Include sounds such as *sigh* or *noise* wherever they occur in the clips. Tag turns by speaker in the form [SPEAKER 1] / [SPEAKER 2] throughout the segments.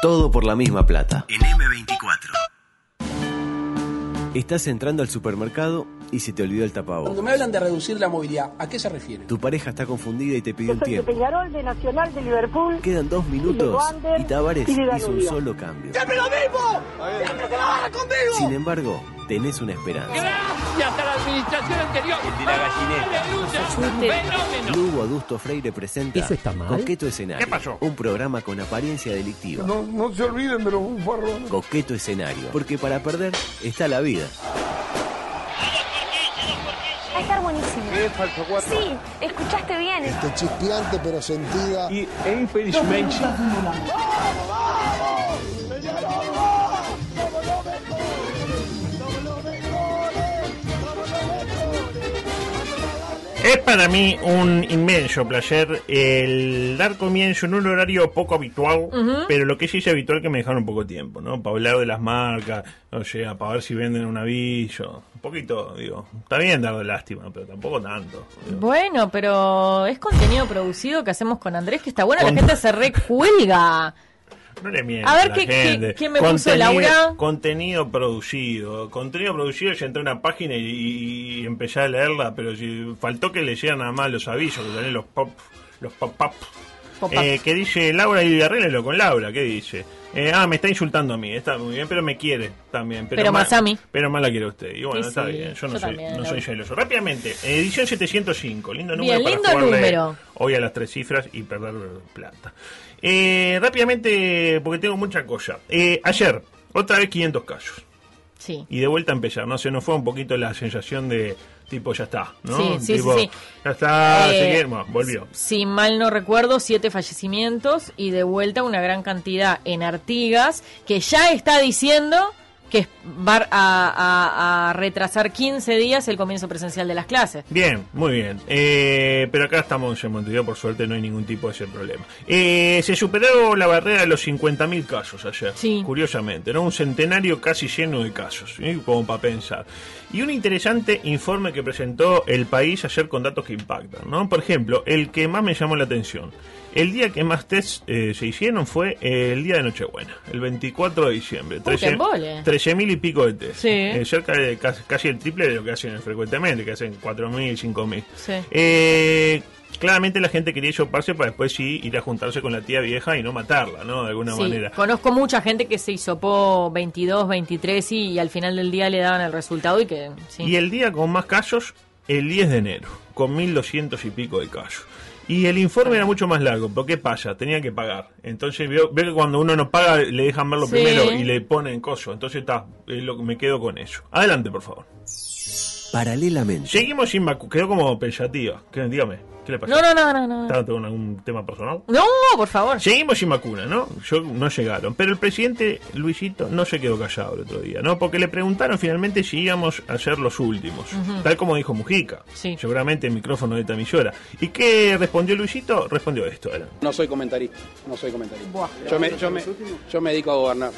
[SPEAKER 1] Todo por la misma plata.
[SPEAKER 2] En M24.
[SPEAKER 1] Estás entrando al supermercado y se te olvidó el
[SPEAKER 3] Cuando
[SPEAKER 1] tapabocas.
[SPEAKER 3] me hablan de reducir la movilidad, ¿a qué se refiere?
[SPEAKER 1] Tu pareja está confundida y te
[SPEAKER 4] Yo
[SPEAKER 1] pidió un
[SPEAKER 4] soy de
[SPEAKER 1] tiempo.
[SPEAKER 4] Peñarol, de Nacional, de Liverpool.
[SPEAKER 1] Quedan dos minutos y Tavares
[SPEAKER 4] Y de
[SPEAKER 1] hizo un
[SPEAKER 4] Danubio.
[SPEAKER 1] solo cambio. ¡Siempre lo mismo! ¡Siempre te la conmigo! Sin embargo, tenés una esperanza.
[SPEAKER 5] gracias a la administración anterior. ¡Aleluya! ¡Fenómeno!
[SPEAKER 1] Lugo Adusto Freire presenta
[SPEAKER 6] ¿Eso está mal?
[SPEAKER 1] Coqueto Escenario. Un programa con apariencia delictiva.
[SPEAKER 7] No, no se olviden de los bufarrones.
[SPEAKER 1] Coqueto Escenario. Porque para perder está la vida.
[SPEAKER 8] Va a estar buenísimo. Sí, escuchaste bien.
[SPEAKER 7] chispeante pero sentida.
[SPEAKER 9] Y infelizmente
[SPEAKER 10] Es para mí un inmenso placer el dar comienzo en un horario poco habitual, pero lo que sí es habitual que me dejaron poco tiempo, ¿no? Para hablar de las marcas, o sea, para ver si venden un aviso, un poquito, digo, está bien dar de lástima, pero tampoco tanto. digo.
[SPEAKER 11] Bueno, pero es contenido producido que hacemos con Andrés, que está bueno, la gente se recuelga.
[SPEAKER 10] No le miento.
[SPEAKER 11] A ver,
[SPEAKER 10] la
[SPEAKER 11] ¿qué- qué-
[SPEAKER 10] gente.
[SPEAKER 11] qué me puso Laura?
[SPEAKER 10] Contenido producido. Contenido producido, ya entré a una página y, y empecé a leerla, pero si, faltó que leyera nada más los avisos, que salían los pop, los pop-up.
[SPEAKER 11] Pop-up.
[SPEAKER 10] Eh, que dice Laura y arréglenlo con Laura, ¿qué dice? Eh, ah, me está insultando a mí, está muy bien, pero me quiere también. Pero,
[SPEAKER 11] Pero
[SPEAKER 10] ma-
[SPEAKER 11] más a mí.
[SPEAKER 10] Pero más la quiere usted. Y bueno,
[SPEAKER 11] Sí,
[SPEAKER 10] está
[SPEAKER 11] sí,
[SPEAKER 10] bien, yo no,
[SPEAKER 11] yo
[SPEAKER 10] soy,
[SPEAKER 11] también,
[SPEAKER 10] no
[SPEAKER 11] Laura.
[SPEAKER 10] soy celoso. Rápidamente, edición 705, lindo número
[SPEAKER 11] Bien,
[SPEAKER 10] para
[SPEAKER 11] lindo
[SPEAKER 10] jugarle
[SPEAKER 11] número.
[SPEAKER 10] hoy a las tres cifras y perder plata. Eh, rápidamente, porque tengo mucha cosa. Eh, ayer, otra vez 500 casos.
[SPEAKER 11] Sí.
[SPEAKER 10] Y de vuelta a empezar, ¿no? Se nos fue un poquito la sensación de tipo, ya está, ¿no?
[SPEAKER 11] Sí, sí,
[SPEAKER 10] Tipo,
[SPEAKER 11] sí, sí.
[SPEAKER 10] Ya está,
[SPEAKER 11] Eh,
[SPEAKER 10] se quiere- bueno, Ah, volvió.
[SPEAKER 11] Si mal no recuerdo, siete fallecimientos y de vuelta una gran cantidad en Artigas, que ya está diciendo que va a, a- a retrasar 15 días el comienzo presencial de las clases.
[SPEAKER 10] Bien, muy bien. Eh, pero acá estamos en Montevideo, por suerte no hay ningún tipo de ese problema. Eh, se superó la barrera de los 50.000 casos ayer,
[SPEAKER 11] Sí.
[SPEAKER 10] curiosamente, ¿no? Un centenario casi lleno de casos, ¿sí? como para pensar. Y un interesante informe que presentó el país ayer con datos que impactan, ¿no? Por ejemplo, el que más me llamó la atención. El día que más test eh, se hicieron fue eh, el día de Nochebuena, el 24 de diciembre.
[SPEAKER 11] Puta, embole.
[SPEAKER 10] 13.000 y pico de test.
[SPEAKER 11] Sí.
[SPEAKER 10] Eh, cerca de casi, casi el triple de lo que hacen frecuentemente, que hacen 4.000, 5.000.
[SPEAKER 11] Sí.
[SPEAKER 10] Eh, claramente la gente quería choparse para después sí ir a juntarse con la tía vieja y no matarla, ¿no? De alguna
[SPEAKER 11] Sí,
[SPEAKER 10] manera.
[SPEAKER 11] Conozco mucha gente que se hisopó 22, 23 y, y al final del día le daban el resultado y que... sí.
[SPEAKER 10] Y el día con más casos, el 10 de enero, con 1.200 y pico de casos. Y el informe era mucho más largo, pero ¿qué pasa? Tenía que pagar. Entonces veo, veo que cuando uno no paga le dejan verlo
[SPEAKER 11] Sí.
[SPEAKER 10] primero y le ponen coso. Entonces está, es lo que me quedo con eso. Adelante, por favor.
[SPEAKER 1] Paralelamente.
[SPEAKER 10] Seguimos sin vacu... Quedó como pensativa. ¿Qué? Dígame, ¿qué le pasa?
[SPEAKER 11] No, no, no, no, no.
[SPEAKER 10] ¿Está con algún tema personal?
[SPEAKER 11] No, por favor.
[SPEAKER 10] Seguimos sin vacuna, ¿no? Yo, no llegaron. Pero el presidente Luisito no se quedó callado el otro día, ¿no? Porque le preguntaron finalmente si íbamos a ser los últimos. Tal como dijo Mujica.
[SPEAKER 11] Sí.
[SPEAKER 10] Seguramente el micrófono de esta emisora. ¿Y qué respondió Luisito? Respondió esto. adelante.
[SPEAKER 3] No soy comentarista, no soy comentarista. Yo me, yo, me, yo me dedico a gobernar.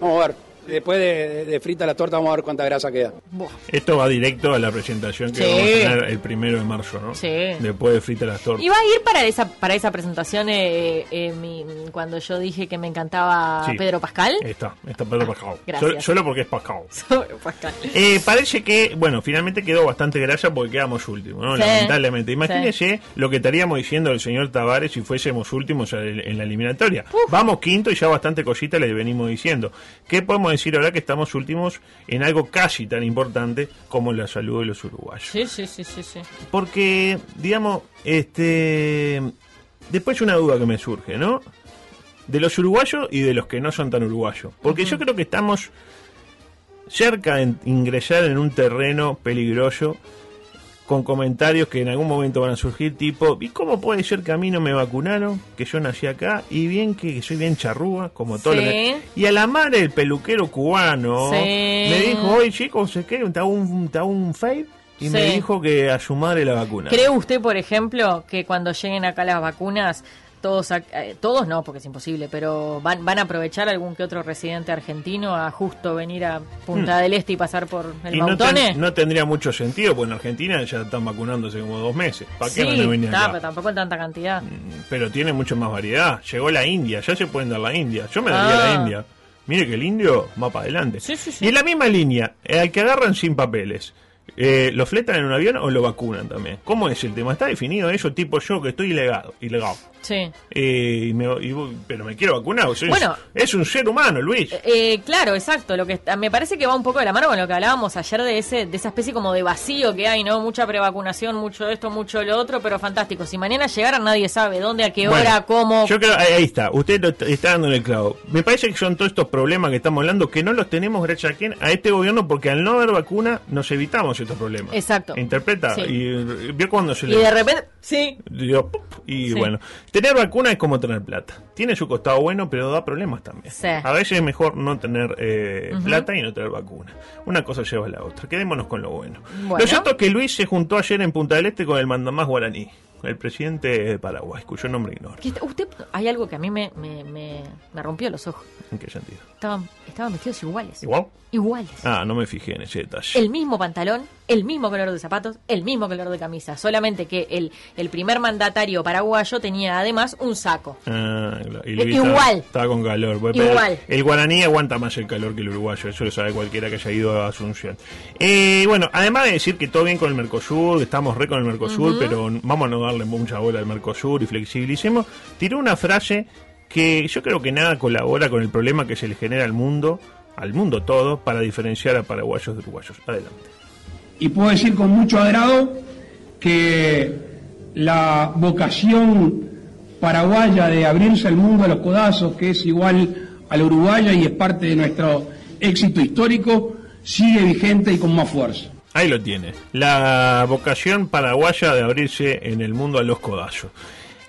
[SPEAKER 3] Vamos a ver, después de, de- de frita la torta vamos a ver cuánta grasa queda.
[SPEAKER 11] Buah.
[SPEAKER 10] Esto va directo a la presentación que
[SPEAKER 11] Sí.
[SPEAKER 10] vamos a tener el primero de marzo, ¿no?
[SPEAKER 11] Sí.
[SPEAKER 10] Después de Frita las Tortas.
[SPEAKER 11] Iba a ir para esa para esa presentación eh, eh, mi- cuando yo dije que me encantaba
[SPEAKER 10] Sí. Eh.
[SPEAKER 11] Pedro Pascal. Ah,
[SPEAKER 10] Está, está Pedro Pascal.
[SPEAKER 11] gracias.
[SPEAKER 10] Solo- solo porque es Pascal.
[SPEAKER 11] *laughs* Sobre Pascal.
[SPEAKER 10] Eh, parece que, bueno, finalmente quedó bastante grasa porque quedamos últimos, ¿no?
[SPEAKER 11] Sí.
[SPEAKER 10] Lamentablemente. Imagínese lo que estaríamos diciendo el señor Tavares si fuésemos últimos en en la eliminatoria. Vamos quinto y ya bastante cosita le venimos diciendo. ¿Qué podemos decir ahora que estamos últimos en algo casi tan importante como la salud de los uruguayos?
[SPEAKER 11] Sí, sí, sí, sí, sí.
[SPEAKER 10] Porque, digamos, este. Después una duda que me surge, ¿no? De los uruguayos y de los que no son tan uruguayos. Porque yo creo que estamos cerca de ingresar en un terreno peligroso con comentarios que en algún momento van a surgir tipo, ¿y cómo puede ser que a mí no me vacunaron? Que yo nací acá y bien que soy bien charrúa, como todo lo que- Y a la madre el peluquero cubano
[SPEAKER 11] Sí.
[SPEAKER 10] me dijo, oye chicos, ¿se quiere? ¿Está un, está un fake? Y me
[SPEAKER 11] Sí.
[SPEAKER 10] dijo que a su madre la vacuna.
[SPEAKER 11] ¿Cree usted, por ejemplo, que cuando lleguen acá las vacunas todos, ac- eh, todos no, porque es imposible, pero van, van a aprovechar algún que otro residente argentino a justo venir a Punta del Este y pasar por el
[SPEAKER 10] Hmm. Y no,
[SPEAKER 11] Mautone.
[SPEAKER 10] ten- no tendría mucho sentido, porque en Argentina ya están vacunándose como dos meses. ¿Para qué van a
[SPEAKER 11] sí,
[SPEAKER 10] venir
[SPEAKER 11] ta,
[SPEAKER 10] acá? Hmm.
[SPEAKER 11] pero tampoco en tanta cantidad.
[SPEAKER 10] Pero tiene mucho más variedad. Llegó la India, ya se pueden dar la India. Yo me daría
[SPEAKER 11] Ah.
[SPEAKER 10] la India. Mire que el indio va para adelante.
[SPEAKER 11] Sí, sí, sí.
[SPEAKER 10] Y en la misma línea, eh, al que agarran sin papeles, eh, ¿lo fletan en un avión o lo vacunan también? ¿Cómo es el tema? ¿Está definido eso? Tipo yo que estoy ilegado. ilegado.
[SPEAKER 11] Sí.
[SPEAKER 10] Eh, y me- y voy- pero me quiero vacunar. soy-
[SPEAKER 11] Bueno.
[SPEAKER 10] es un ser humano, Luis.
[SPEAKER 11] Eh, claro, exacto. Lo que está- me parece que va un poco de la mano con lo que hablábamos ayer de ese, de esa especie como de vacío que hay, ¿no? Mucha prevacunación, mucho esto, mucho lo otro, pero fantástico. Si mañana llegara nadie sabe dónde, a qué hora,
[SPEAKER 10] Bueno,
[SPEAKER 11] cómo.
[SPEAKER 10] Yo creo, ahí, ahí está, usted lo está está dando en el clavo. Me parece que son todos estos problemas que estamos hablando que no los tenemos gracias a quién, a este gobierno, porque al no haber vacuna nos evitamos estos problemas.
[SPEAKER 11] Exacto.
[SPEAKER 10] Interpreta,
[SPEAKER 11] Sí.
[SPEAKER 10] y eh, vio cuando se
[SPEAKER 11] Y
[SPEAKER 10] le...
[SPEAKER 11] de repente, sí,
[SPEAKER 10] dio pop, y
[SPEAKER 11] Sí.
[SPEAKER 10] bueno, tener vacuna es como tener plata. Tiene su costado bueno, pero da problemas también.
[SPEAKER 11] Sí.
[SPEAKER 10] A veces es mejor no tener eh, plata y no tener vacuna. Una cosa lleva a la otra. Quedémonos con lo bueno.
[SPEAKER 11] Bueno.
[SPEAKER 10] Lo cierto es que Luis se juntó ayer en Punta del Este con el mandamás guaraní, el presidente de Paraguay, cuyo nombre ignoro.
[SPEAKER 11] Que está- Usted, hay algo que a mí me, me, me, me rompió los ojos.
[SPEAKER 10] ¿En qué sentido?
[SPEAKER 11] Estaban, estaban vestidos iguales.
[SPEAKER 10] ¿Igual?
[SPEAKER 11] Iguales.
[SPEAKER 10] Ah, no me fijé en ese detalle.
[SPEAKER 11] El mismo pantalón, el mismo color de zapatos, el mismo color de camisa. Solamente que el, el primer mandatario paraguayo tenía además un saco.
[SPEAKER 10] Ah, claro. Y
[SPEAKER 11] Eh,
[SPEAKER 10] Luis estaba-
[SPEAKER 11] igual.
[SPEAKER 10] Estaba, con calor. Bueno, pero
[SPEAKER 11] Igual.
[SPEAKER 10] El guaraní aguanta más el calor que el uruguayo. Eso lo sabe cualquiera que haya ido a Asunción. Eh, bueno, además de decir que todo bien con el Mercosur, que estamos re con el Mercosur, pero vamos a no darle mucha bola al Mercosur y flexibilicemos, tiró una frase que yo creo que nada colabora con el problema que se le genera al mundo, al mundo todo, para diferenciar a paraguayos de uruguayos. Adelante.
[SPEAKER 2] Y puedo decir con mucho agrado que la vocación paraguaya de abrirse al mundo a los codazos, que es igual a la uruguaya y es parte de nuestro éxito histórico, sigue vigente y con más fuerza.
[SPEAKER 10] Ahí lo tiene. La vocación paraguaya de abrirse en el mundo a los codazos.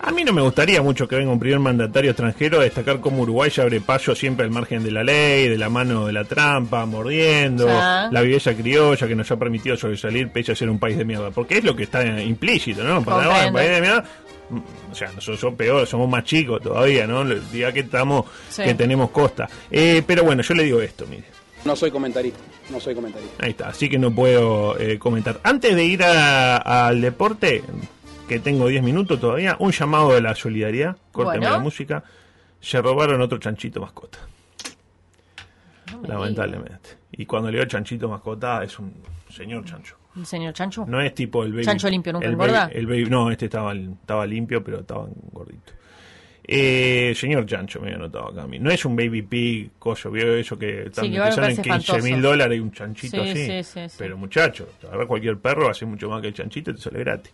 [SPEAKER 10] A mí no me gustaría mucho que venga un primer mandatario extranjero a destacar cómo Uruguay se abre paso siempre al margen de la ley, de la mano de la trampa, mordiendo,
[SPEAKER 11] Ya.
[SPEAKER 10] la viveza criolla que nos ha permitido sobresalir pese a ser un país de mierda. Porque es lo que está implícito, ¿no? Paraguay, un
[SPEAKER 11] Comprendo.
[SPEAKER 10] país de mierda. Mm, O sea, nosotros somos peores, somos más chicos todavía, ¿no? El día que estamos,
[SPEAKER 11] Sí.
[SPEAKER 10] que tenemos costa. Eh, pero bueno, yo le digo esto, mire.
[SPEAKER 3] No soy comentarista, no soy comentarista.
[SPEAKER 10] Ahí está, así que no puedo eh, comentar. Antes de ir a- al deporte, que tengo 10 minutos todavía, un llamado de la solidaridad, córteme
[SPEAKER 11] Bueno.
[SPEAKER 10] la música. Se robaron otro chanchito mascota, lamentablemente. Y cuando leo chanchito mascota, es un señor chancho.
[SPEAKER 11] ¿El señor Chancho?
[SPEAKER 10] No es tipo el baby.
[SPEAKER 11] Chancho limpio, nunca
[SPEAKER 10] el
[SPEAKER 11] engorda.
[SPEAKER 10] baby- el baby- no, este estaba, estaba limpio, pero estaba gordito. Eh, señor Chancho, me había anotado acá a mí. No es un baby pig, coso, vio eso que
[SPEAKER 11] que
[SPEAKER 10] también
[SPEAKER 11] igual me
[SPEAKER 10] salen
[SPEAKER 11] parece
[SPEAKER 10] 15 mil
[SPEAKER 11] espantoso.
[SPEAKER 10] dólares y un chanchito
[SPEAKER 11] Sí,
[SPEAKER 10] así.
[SPEAKER 11] sí, sí, sí.
[SPEAKER 10] Pero muchacho, agarrar cualquier perro hace mucho más que el chanchito y te sale gratis.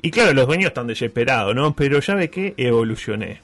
[SPEAKER 10] Y claro, los dueños están desesperados, ¿no? Pero ya ve que evolucioné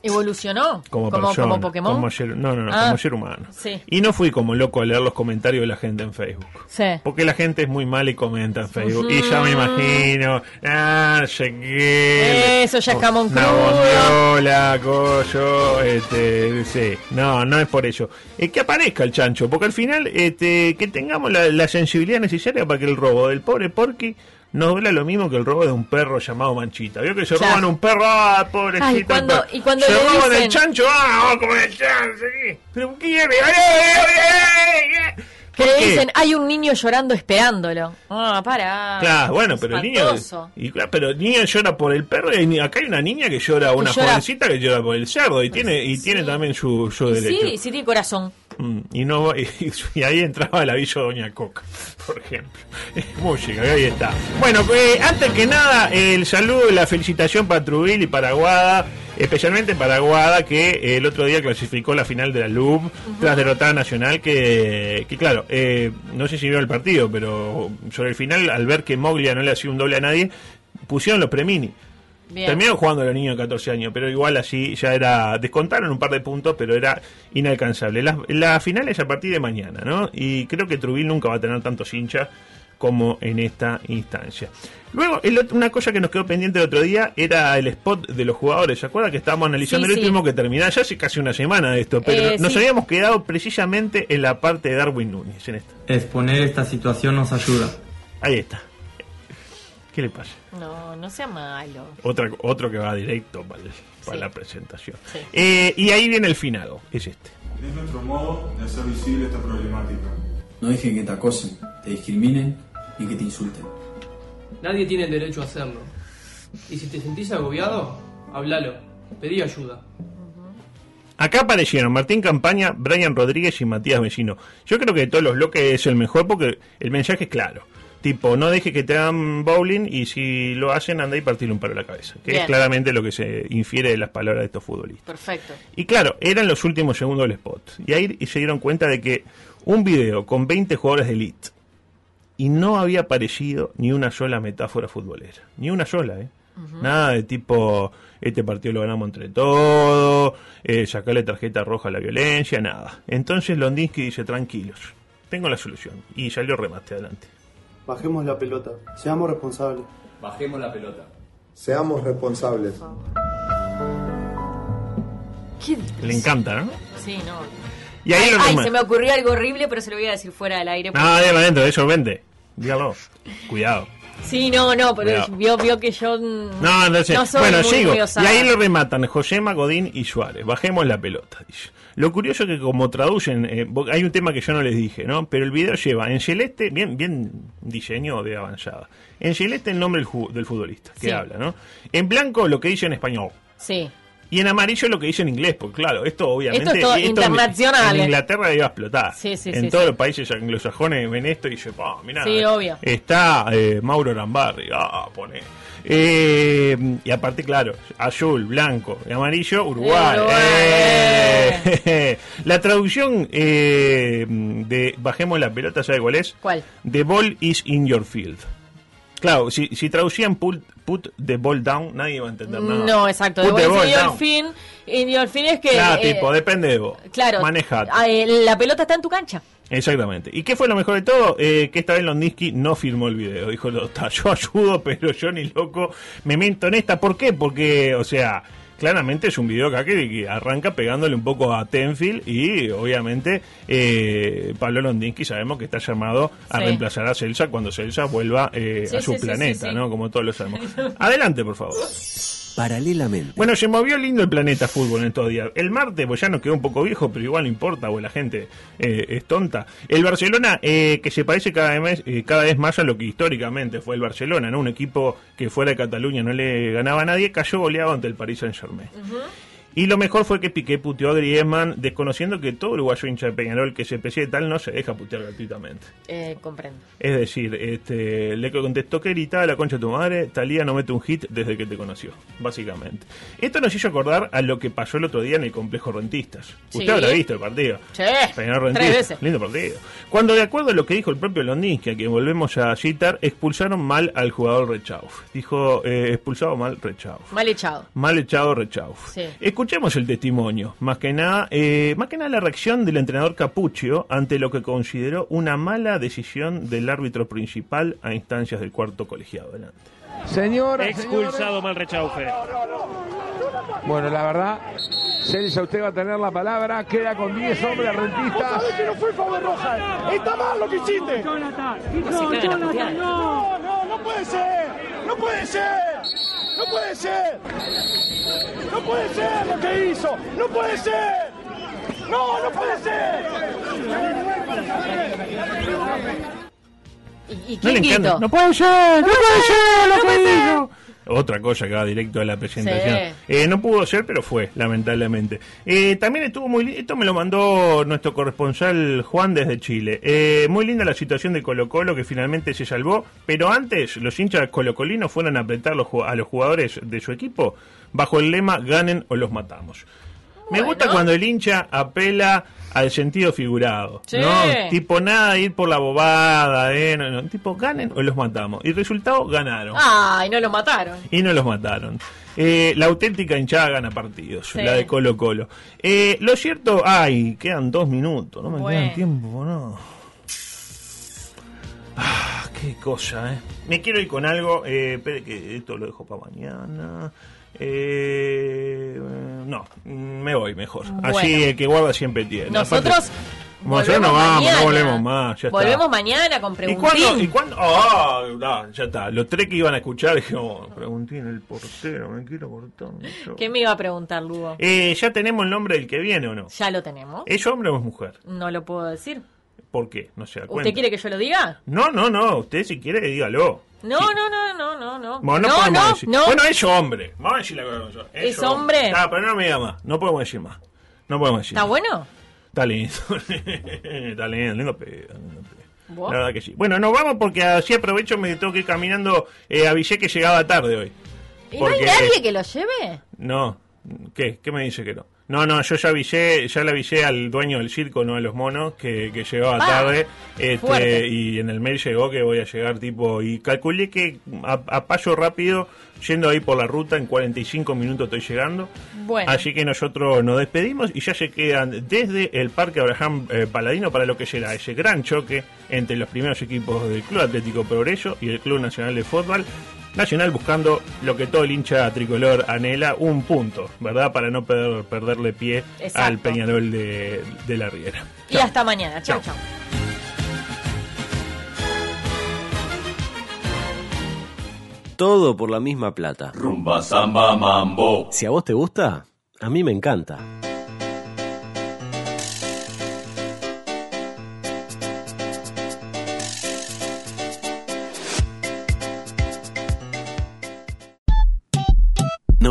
[SPEAKER 11] ¿Evolucionó?
[SPEAKER 10] como, persona,
[SPEAKER 11] como Pokémon?
[SPEAKER 10] como ser- no, no, no,
[SPEAKER 11] Ah,
[SPEAKER 10] como ser humano.
[SPEAKER 11] sí.
[SPEAKER 10] Y no fui como loco a leer los comentarios de la gente en Facebook.
[SPEAKER 11] Sí.
[SPEAKER 10] Porque la gente es muy mala y comenta en Facebook. Y ya me imagino, ah, llegué.
[SPEAKER 11] Eso ya es jamón
[SPEAKER 10] Una
[SPEAKER 11] crudo.
[SPEAKER 10] bondiola, coyo, este, sí. No, no es por eso. Eh, que aparezca el chancho, porque al final, este, que tengamos la, la sensibilidad necesaria para que el robo del pobre porqui nos duela lo mismo que el robo de un perro llamado Manchita. Vio que se
[SPEAKER 11] Ya.
[SPEAKER 10] roban un perro, ah, pobrecito.
[SPEAKER 11] Ay, cuando-
[SPEAKER 10] el perro.
[SPEAKER 11] y cuando
[SPEAKER 10] se
[SPEAKER 11] le
[SPEAKER 10] roban el
[SPEAKER 11] dicen-
[SPEAKER 10] chancho, ah, vamos a comer el chancho. sí. Pero ¿qué? ¡Ay, ay, ay, ay, ay!
[SPEAKER 11] Que
[SPEAKER 10] ¿Por
[SPEAKER 11] le
[SPEAKER 10] qué?
[SPEAKER 11] dicen, hay un niño llorando esperándolo. Ah, para.
[SPEAKER 10] Claro, bueno, pero el niño.
[SPEAKER 11] Espantoso.
[SPEAKER 10] Y claro, pero el niño llora por el perro. Y ni- acá hay una niña que llora, una
[SPEAKER 11] llora- Pues
[SPEAKER 10] jovencita que llora por el cerdo. Y tiene y
[SPEAKER 11] sí.
[SPEAKER 10] tiene también su, su
[SPEAKER 11] Y
[SPEAKER 10] derecho.
[SPEAKER 11] Sí, sí tiene corazón.
[SPEAKER 10] Mm, Y, no, y, *laughs* y ahí entraba el aviso de Doña Coca, por ejemplo. Música, que ahí está. Bueno, eh, antes que nada, el saludo y la felicitación para Trubil y para Guada, especialmente para Guada, que eh, el otro día clasificó la final de la LUB tras derrotada Nacional, que, que claro, eh, no sé si vio el partido, pero sobre el final, al ver que Moglia no le hacía un doble a nadie, pusieron los premini.
[SPEAKER 11] Bien.
[SPEAKER 10] Terminaron jugando los niños de 14 años, pero igual así ya era. Descontaron un par de puntos, pero era inalcanzable. La, la final es a partir de mañana, ¿no? Y creo que Trubil nunca va a tener tantos hinchas como en esta instancia. Luego, el otro- una cosa que nos quedó pendiente el otro día era el spot de los jugadores. ¿Se acuerdan que estábamos analizando
[SPEAKER 11] Sí,
[SPEAKER 10] el
[SPEAKER 11] sí.
[SPEAKER 10] último que terminaba ya hace casi una semana de esto? Pero
[SPEAKER 11] Eh,
[SPEAKER 10] nos
[SPEAKER 11] sí.
[SPEAKER 10] habíamos quedado precisamente en la parte de Darwin Núñez. En esta.
[SPEAKER 6] Exponer esta situación nos ayuda.
[SPEAKER 10] Ahí está. ¿Qué le pasa?
[SPEAKER 11] No, no sea malo.
[SPEAKER 10] Otra, otro que va directo para, el- para
[SPEAKER 11] Sí.
[SPEAKER 10] la presentación.
[SPEAKER 11] Sí.
[SPEAKER 10] Eh, y ahí viene el finado, es este.
[SPEAKER 6] Es nuestro modo de hacer visible esta problemática.
[SPEAKER 9] No dejen que te acosen, te discriminen y que te insulten.
[SPEAKER 12] Nadie tiene el derecho a hacerlo. Y si te sentís agobiado, háblalo. Pedí ayuda.
[SPEAKER 10] Acá aparecieron Martín Campaña, Brian Rodríguez y Matías Vecino. Yo creo que de todos los bloques es el mejor porque el mensaje es claro. Tipo, no deje que te hagan bowling y si lo hacen, anda y partirle un palo a la cabeza. Que
[SPEAKER 11] Bien.
[SPEAKER 10] es claramente lo que se infiere de las palabras de estos futbolistas.
[SPEAKER 11] Perfecto.
[SPEAKER 10] Y claro, eran los últimos segundos del spot. Y ahí se dieron cuenta de que un video con 20 jugadores de elite y no había aparecido ni una sola metáfora futbolera. Ni una sola, ¿eh? Nada de tipo, este partido lo ganamos entre todos, eh, sacarle tarjeta roja a la violencia, nada. Entonces Londinsky dice, tranquilos, tengo la solución. Y salió remate adelante.
[SPEAKER 13] Bajemos la pelota. Seamos responsables.
[SPEAKER 9] Bajemos la pelota.
[SPEAKER 13] Seamos responsables.
[SPEAKER 10] Le encanta, ¿no?
[SPEAKER 11] Sí, no.
[SPEAKER 10] Y ahí lo
[SPEAKER 11] Ay,
[SPEAKER 10] remata.
[SPEAKER 11] se me ocurrió algo horrible, pero se lo voy a decir fuera del aire.
[SPEAKER 10] Ah, dígalo adentro, eso, vente. Dígalo. Cuidado.
[SPEAKER 11] Sí, no, no, pero
[SPEAKER 10] Cuidado.
[SPEAKER 11] vio, vio que yo mm,
[SPEAKER 10] No, no sé.
[SPEAKER 11] soy
[SPEAKER 10] bueno,
[SPEAKER 11] muy,
[SPEAKER 10] sigo.
[SPEAKER 11] muy osada.
[SPEAKER 10] y ahí lo rematan Josema, Godín y Suárez. Bajemos la pelota. dice. Lo curioso es que como traducen, eh, bo- hay un tema que yo no les dije, ¿no? Pero el video lleva en celeste, bien, bien diseño de avanzada. En celeste el nombre del, ju- del futbolista que
[SPEAKER 11] Sí.
[SPEAKER 10] habla, ¿no? En blanco lo que dice en español.
[SPEAKER 11] Sí.
[SPEAKER 10] Y en amarillo lo que dice en inglés, porque claro, esto obviamente...
[SPEAKER 11] Esto es todo
[SPEAKER 10] en-
[SPEAKER 11] internacional,
[SPEAKER 10] En,
[SPEAKER 11] eh.
[SPEAKER 10] Inglaterra iba a explotar.
[SPEAKER 11] Sí, sí,
[SPEAKER 10] en
[SPEAKER 11] sí,
[SPEAKER 10] todos
[SPEAKER 11] sí.
[SPEAKER 10] los países anglosajones ven esto y dicen, "Pa, mirá, eh,
[SPEAKER 11] Sí, obvio.
[SPEAKER 10] está eh, Mauro Rambarri, ah, pone... Eh, y aparte, claro, azul, blanco, y amarillo, Uruguay.
[SPEAKER 14] Uruguay.
[SPEAKER 10] eh. *laughs* La traducción eh, de Bajemos la pelota, ¿sabe cuál es?
[SPEAKER 11] ¿Cuál?
[SPEAKER 10] The ball is in your field. Claro, si, si traducían put, put the ball down, nadie iba a entender nada.
[SPEAKER 11] No, exacto.
[SPEAKER 10] Put
[SPEAKER 11] De
[SPEAKER 10] the
[SPEAKER 11] vuelta,
[SPEAKER 10] ball
[SPEAKER 11] y el
[SPEAKER 10] down.
[SPEAKER 11] fin, y el fin es que.
[SPEAKER 10] Claro,
[SPEAKER 11] eh,
[SPEAKER 10] tipo, depende de vos.
[SPEAKER 11] claro,
[SPEAKER 10] Manejate.
[SPEAKER 11] ah, eh, la pelota está en tu cancha.
[SPEAKER 10] Exactamente. ¿Y qué fue lo mejor de todo? Eh, que esta vez Londinsky no firmó el video. Dijo, "Lo- ta, yo *laughs* ayudo, pero yo ni loco me meto en esta. ¿Por qué? Porque, o sea, claramente es un video acá que, que arranca pegándole un poco a Tenfield y obviamente eh, Pablo Londinsky sabemos que está llamado a
[SPEAKER 14] Sí.
[SPEAKER 10] reemplazar a Celsa cuando Celsa vuelva eh,
[SPEAKER 14] Sí,
[SPEAKER 10] a su
[SPEAKER 14] sí, sí,
[SPEAKER 10] planeta,
[SPEAKER 14] sí, sí.
[SPEAKER 10] ¿no? Como todos
[SPEAKER 14] *laughs*
[SPEAKER 10] lo sabemos. Adelante, por favor.
[SPEAKER 1] Paralelamente.
[SPEAKER 10] Bueno, se movió lindo el planeta fútbol en estos días. El martes, pues ya nos quedó un poco viejo, pero igual no importa, porque la gente eh, es tonta. El Barcelona, eh, que se parece cada vez, eh, cada vez más a lo que históricamente fue el Barcelona, ¿no? Un equipo que fuera de Cataluña no le ganaba a nadie, cayó goleado ante el Paris Saint-Germain. Y lo mejor fue que Piqué puteó a Griezmann, desconociendo que todo uruguayo hincha de Peñarol que se preside tal no se deja putear gratuitamente.
[SPEAKER 11] Eh, comprendo.
[SPEAKER 10] Es decir, este, le contestó que gritaba la concha de tu madre, Talía no mete un hit desde que te conoció, básicamente. Esto nos hizo acordar a lo que pasó el otro día en el complejo Rentistas.
[SPEAKER 14] Sí.
[SPEAKER 10] Usted habrá visto el partido.
[SPEAKER 14] Sí,
[SPEAKER 10] Peñarol
[SPEAKER 14] tres
[SPEAKER 10] Rentistas.
[SPEAKER 14] veces.
[SPEAKER 10] Lindo partido. Cuando, de acuerdo a lo que dijo el propio Londinsky, a quien volvemos a citar, expulsaron mal al jugador Rechauf. Dijo, eh, expulsado mal Rechauf.
[SPEAKER 11] Mal echado.
[SPEAKER 10] Mal echado Rechauf.
[SPEAKER 11] Sí.
[SPEAKER 10] Escuchemos el testimonio, más que nada, eh, más que nada la reacción del entrenador Capuccio ante lo que consideró una mala decisión del árbitro principal a instancias del cuarto colegiado. Adelante.
[SPEAKER 15] Señor.
[SPEAKER 16] Expulsado mal rechaufe.
[SPEAKER 15] Bueno, la verdad, Celsa, usted va a tener la palabra. Queda con 10 hombres rentistas.
[SPEAKER 17] ¿Sabes que no fue favor roja? ¡Está mal lo que hiciste!
[SPEAKER 15] No, se cagan a Jonathan, puteadas.
[SPEAKER 17] no, no, no puede ser! ¡No puede ser! ¡No puede ser! ¡No puede ser lo que hizo! ¡No puede ser! ¡No, no puede ser!
[SPEAKER 11] ¿Y, y
[SPEAKER 10] No le
[SPEAKER 11] quién
[SPEAKER 10] encanta.
[SPEAKER 11] quitó?
[SPEAKER 10] No puede ser, no puede ser
[SPEAKER 11] no
[SPEAKER 10] lo
[SPEAKER 11] puede
[SPEAKER 10] que
[SPEAKER 11] ser.
[SPEAKER 10] dijo. Otra cosa que va directo a la presentación.
[SPEAKER 11] Sí.
[SPEAKER 10] Eh, no pudo ser, pero fue, lamentablemente. Eh, también estuvo muy li- Esto me lo mandó nuestro corresponsal Juan desde Chile. Eh, muy linda la situación de Colo Colo que finalmente se salvó, pero antes los hinchas colocolinos fueron a apretar los ju- a los jugadores de su equipo bajo el lema ganen o los matamos. Me gusta cuando el hincha apela al sentido figurado.
[SPEAKER 14] Sí.
[SPEAKER 10] ¿no? Tipo nada de ir por la bobada, eh, no, no. tipo ganen o los matamos. Y resultado, ganaron.
[SPEAKER 11] Ay, no lo mataron.
[SPEAKER 10] Y no los mataron. Eh, la auténtica hinchada gana partidos,
[SPEAKER 11] Sí.
[SPEAKER 10] la de Colo Colo. Eh, lo cierto, ay, quedan dos minutos, no me
[SPEAKER 14] Bueno.
[SPEAKER 10] quedan tiempo, no. Ah, qué cosa, eh. Me quiero ir con algo, eh, espere que esto lo dejo para mañana. Eh, no, mm, me voy mejor.
[SPEAKER 11] Bueno.
[SPEAKER 10] Así el que guarda siempre tiene.
[SPEAKER 11] Nosotros
[SPEAKER 10] Aparte- Bueno, ya no vamos, no volvemos más. Ya está.
[SPEAKER 11] Volvemos mañana con
[SPEAKER 10] ¿Y
[SPEAKER 11] preguntas.
[SPEAKER 10] cuándo? ¿Y cuándo? Ah, ah, ya está. Los tres que iban a escuchar, dijeron, preguntín el portero, me quiero cortar. no sé".
[SPEAKER 11] ¿Qué me iba a preguntar, Lugo?
[SPEAKER 10] Eh, ¿Ya tenemos el nombre del que viene o no?
[SPEAKER 11] ya lo tenemos.
[SPEAKER 10] ¿Es hombre o es mujer?
[SPEAKER 11] No lo puedo decir.
[SPEAKER 10] ¿Por qué? No se da cuenta.
[SPEAKER 11] ¿Usted quiere que yo lo diga?
[SPEAKER 10] No, no, no. Usted si quiere, dígalo.
[SPEAKER 11] No, no, no, no, no, no.
[SPEAKER 10] Bueno, no,
[SPEAKER 11] no,
[SPEAKER 10] podemos
[SPEAKER 11] no,
[SPEAKER 10] decir.
[SPEAKER 11] no.
[SPEAKER 10] Bueno, eh, es hombre. Vamos a decir la cosa. como son.
[SPEAKER 11] ¿Es hombre?
[SPEAKER 10] Ah, pero no me diga más. No podemos decir más. No podemos decir.
[SPEAKER 11] ¿Está bueno?
[SPEAKER 10] Está lindo. *laughs* Está lindo, lindo pedo, lindo pedo.
[SPEAKER 11] ¿Vos?
[SPEAKER 10] La verdad que sí. Bueno, nos vamos porque así aprovecho, me tengo que ir caminando. Eh, avisé que llegaba tarde hoy.
[SPEAKER 11] ¿Y no
[SPEAKER 10] Porque-
[SPEAKER 11] hay nadie que lo lleve?
[SPEAKER 10] No, ¿qué? ¿Qué me dice que no? No, no, yo ya avisé, ya le avisé al dueño del circo, no de los monos, que, que llegaba
[SPEAKER 11] Pa.
[SPEAKER 10] tarde. este,
[SPEAKER 11] Ah, Fuerte.
[SPEAKER 10] y en el mail llegó que voy a llegar tipo. Y calculé que a, a paso rápido, yendo ahí por la ruta, en 45 minutos estoy llegando.
[SPEAKER 11] Bueno.
[SPEAKER 10] Así que nosotros nos despedimos y ya se quedan desde el Parque Abraham eh, Paladino para lo que será ese gran choque entre los primeros equipos del Club Atlético Progreso y el Club Nacional de Fútbol. Nacional buscando lo que todo el hincha tricolor anhela, un punto, ¿verdad? Para no perder- perderle pie
[SPEAKER 11] Exacto.
[SPEAKER 10] al Peñarol de, de la Riera.
[SPEAKER 11] Y hasta mañana. Chau, chau.
[SPEAKER 1] Todo por la misma plata. Rumba, samba, mambo. Si a vos te gusta, a mí me encanta.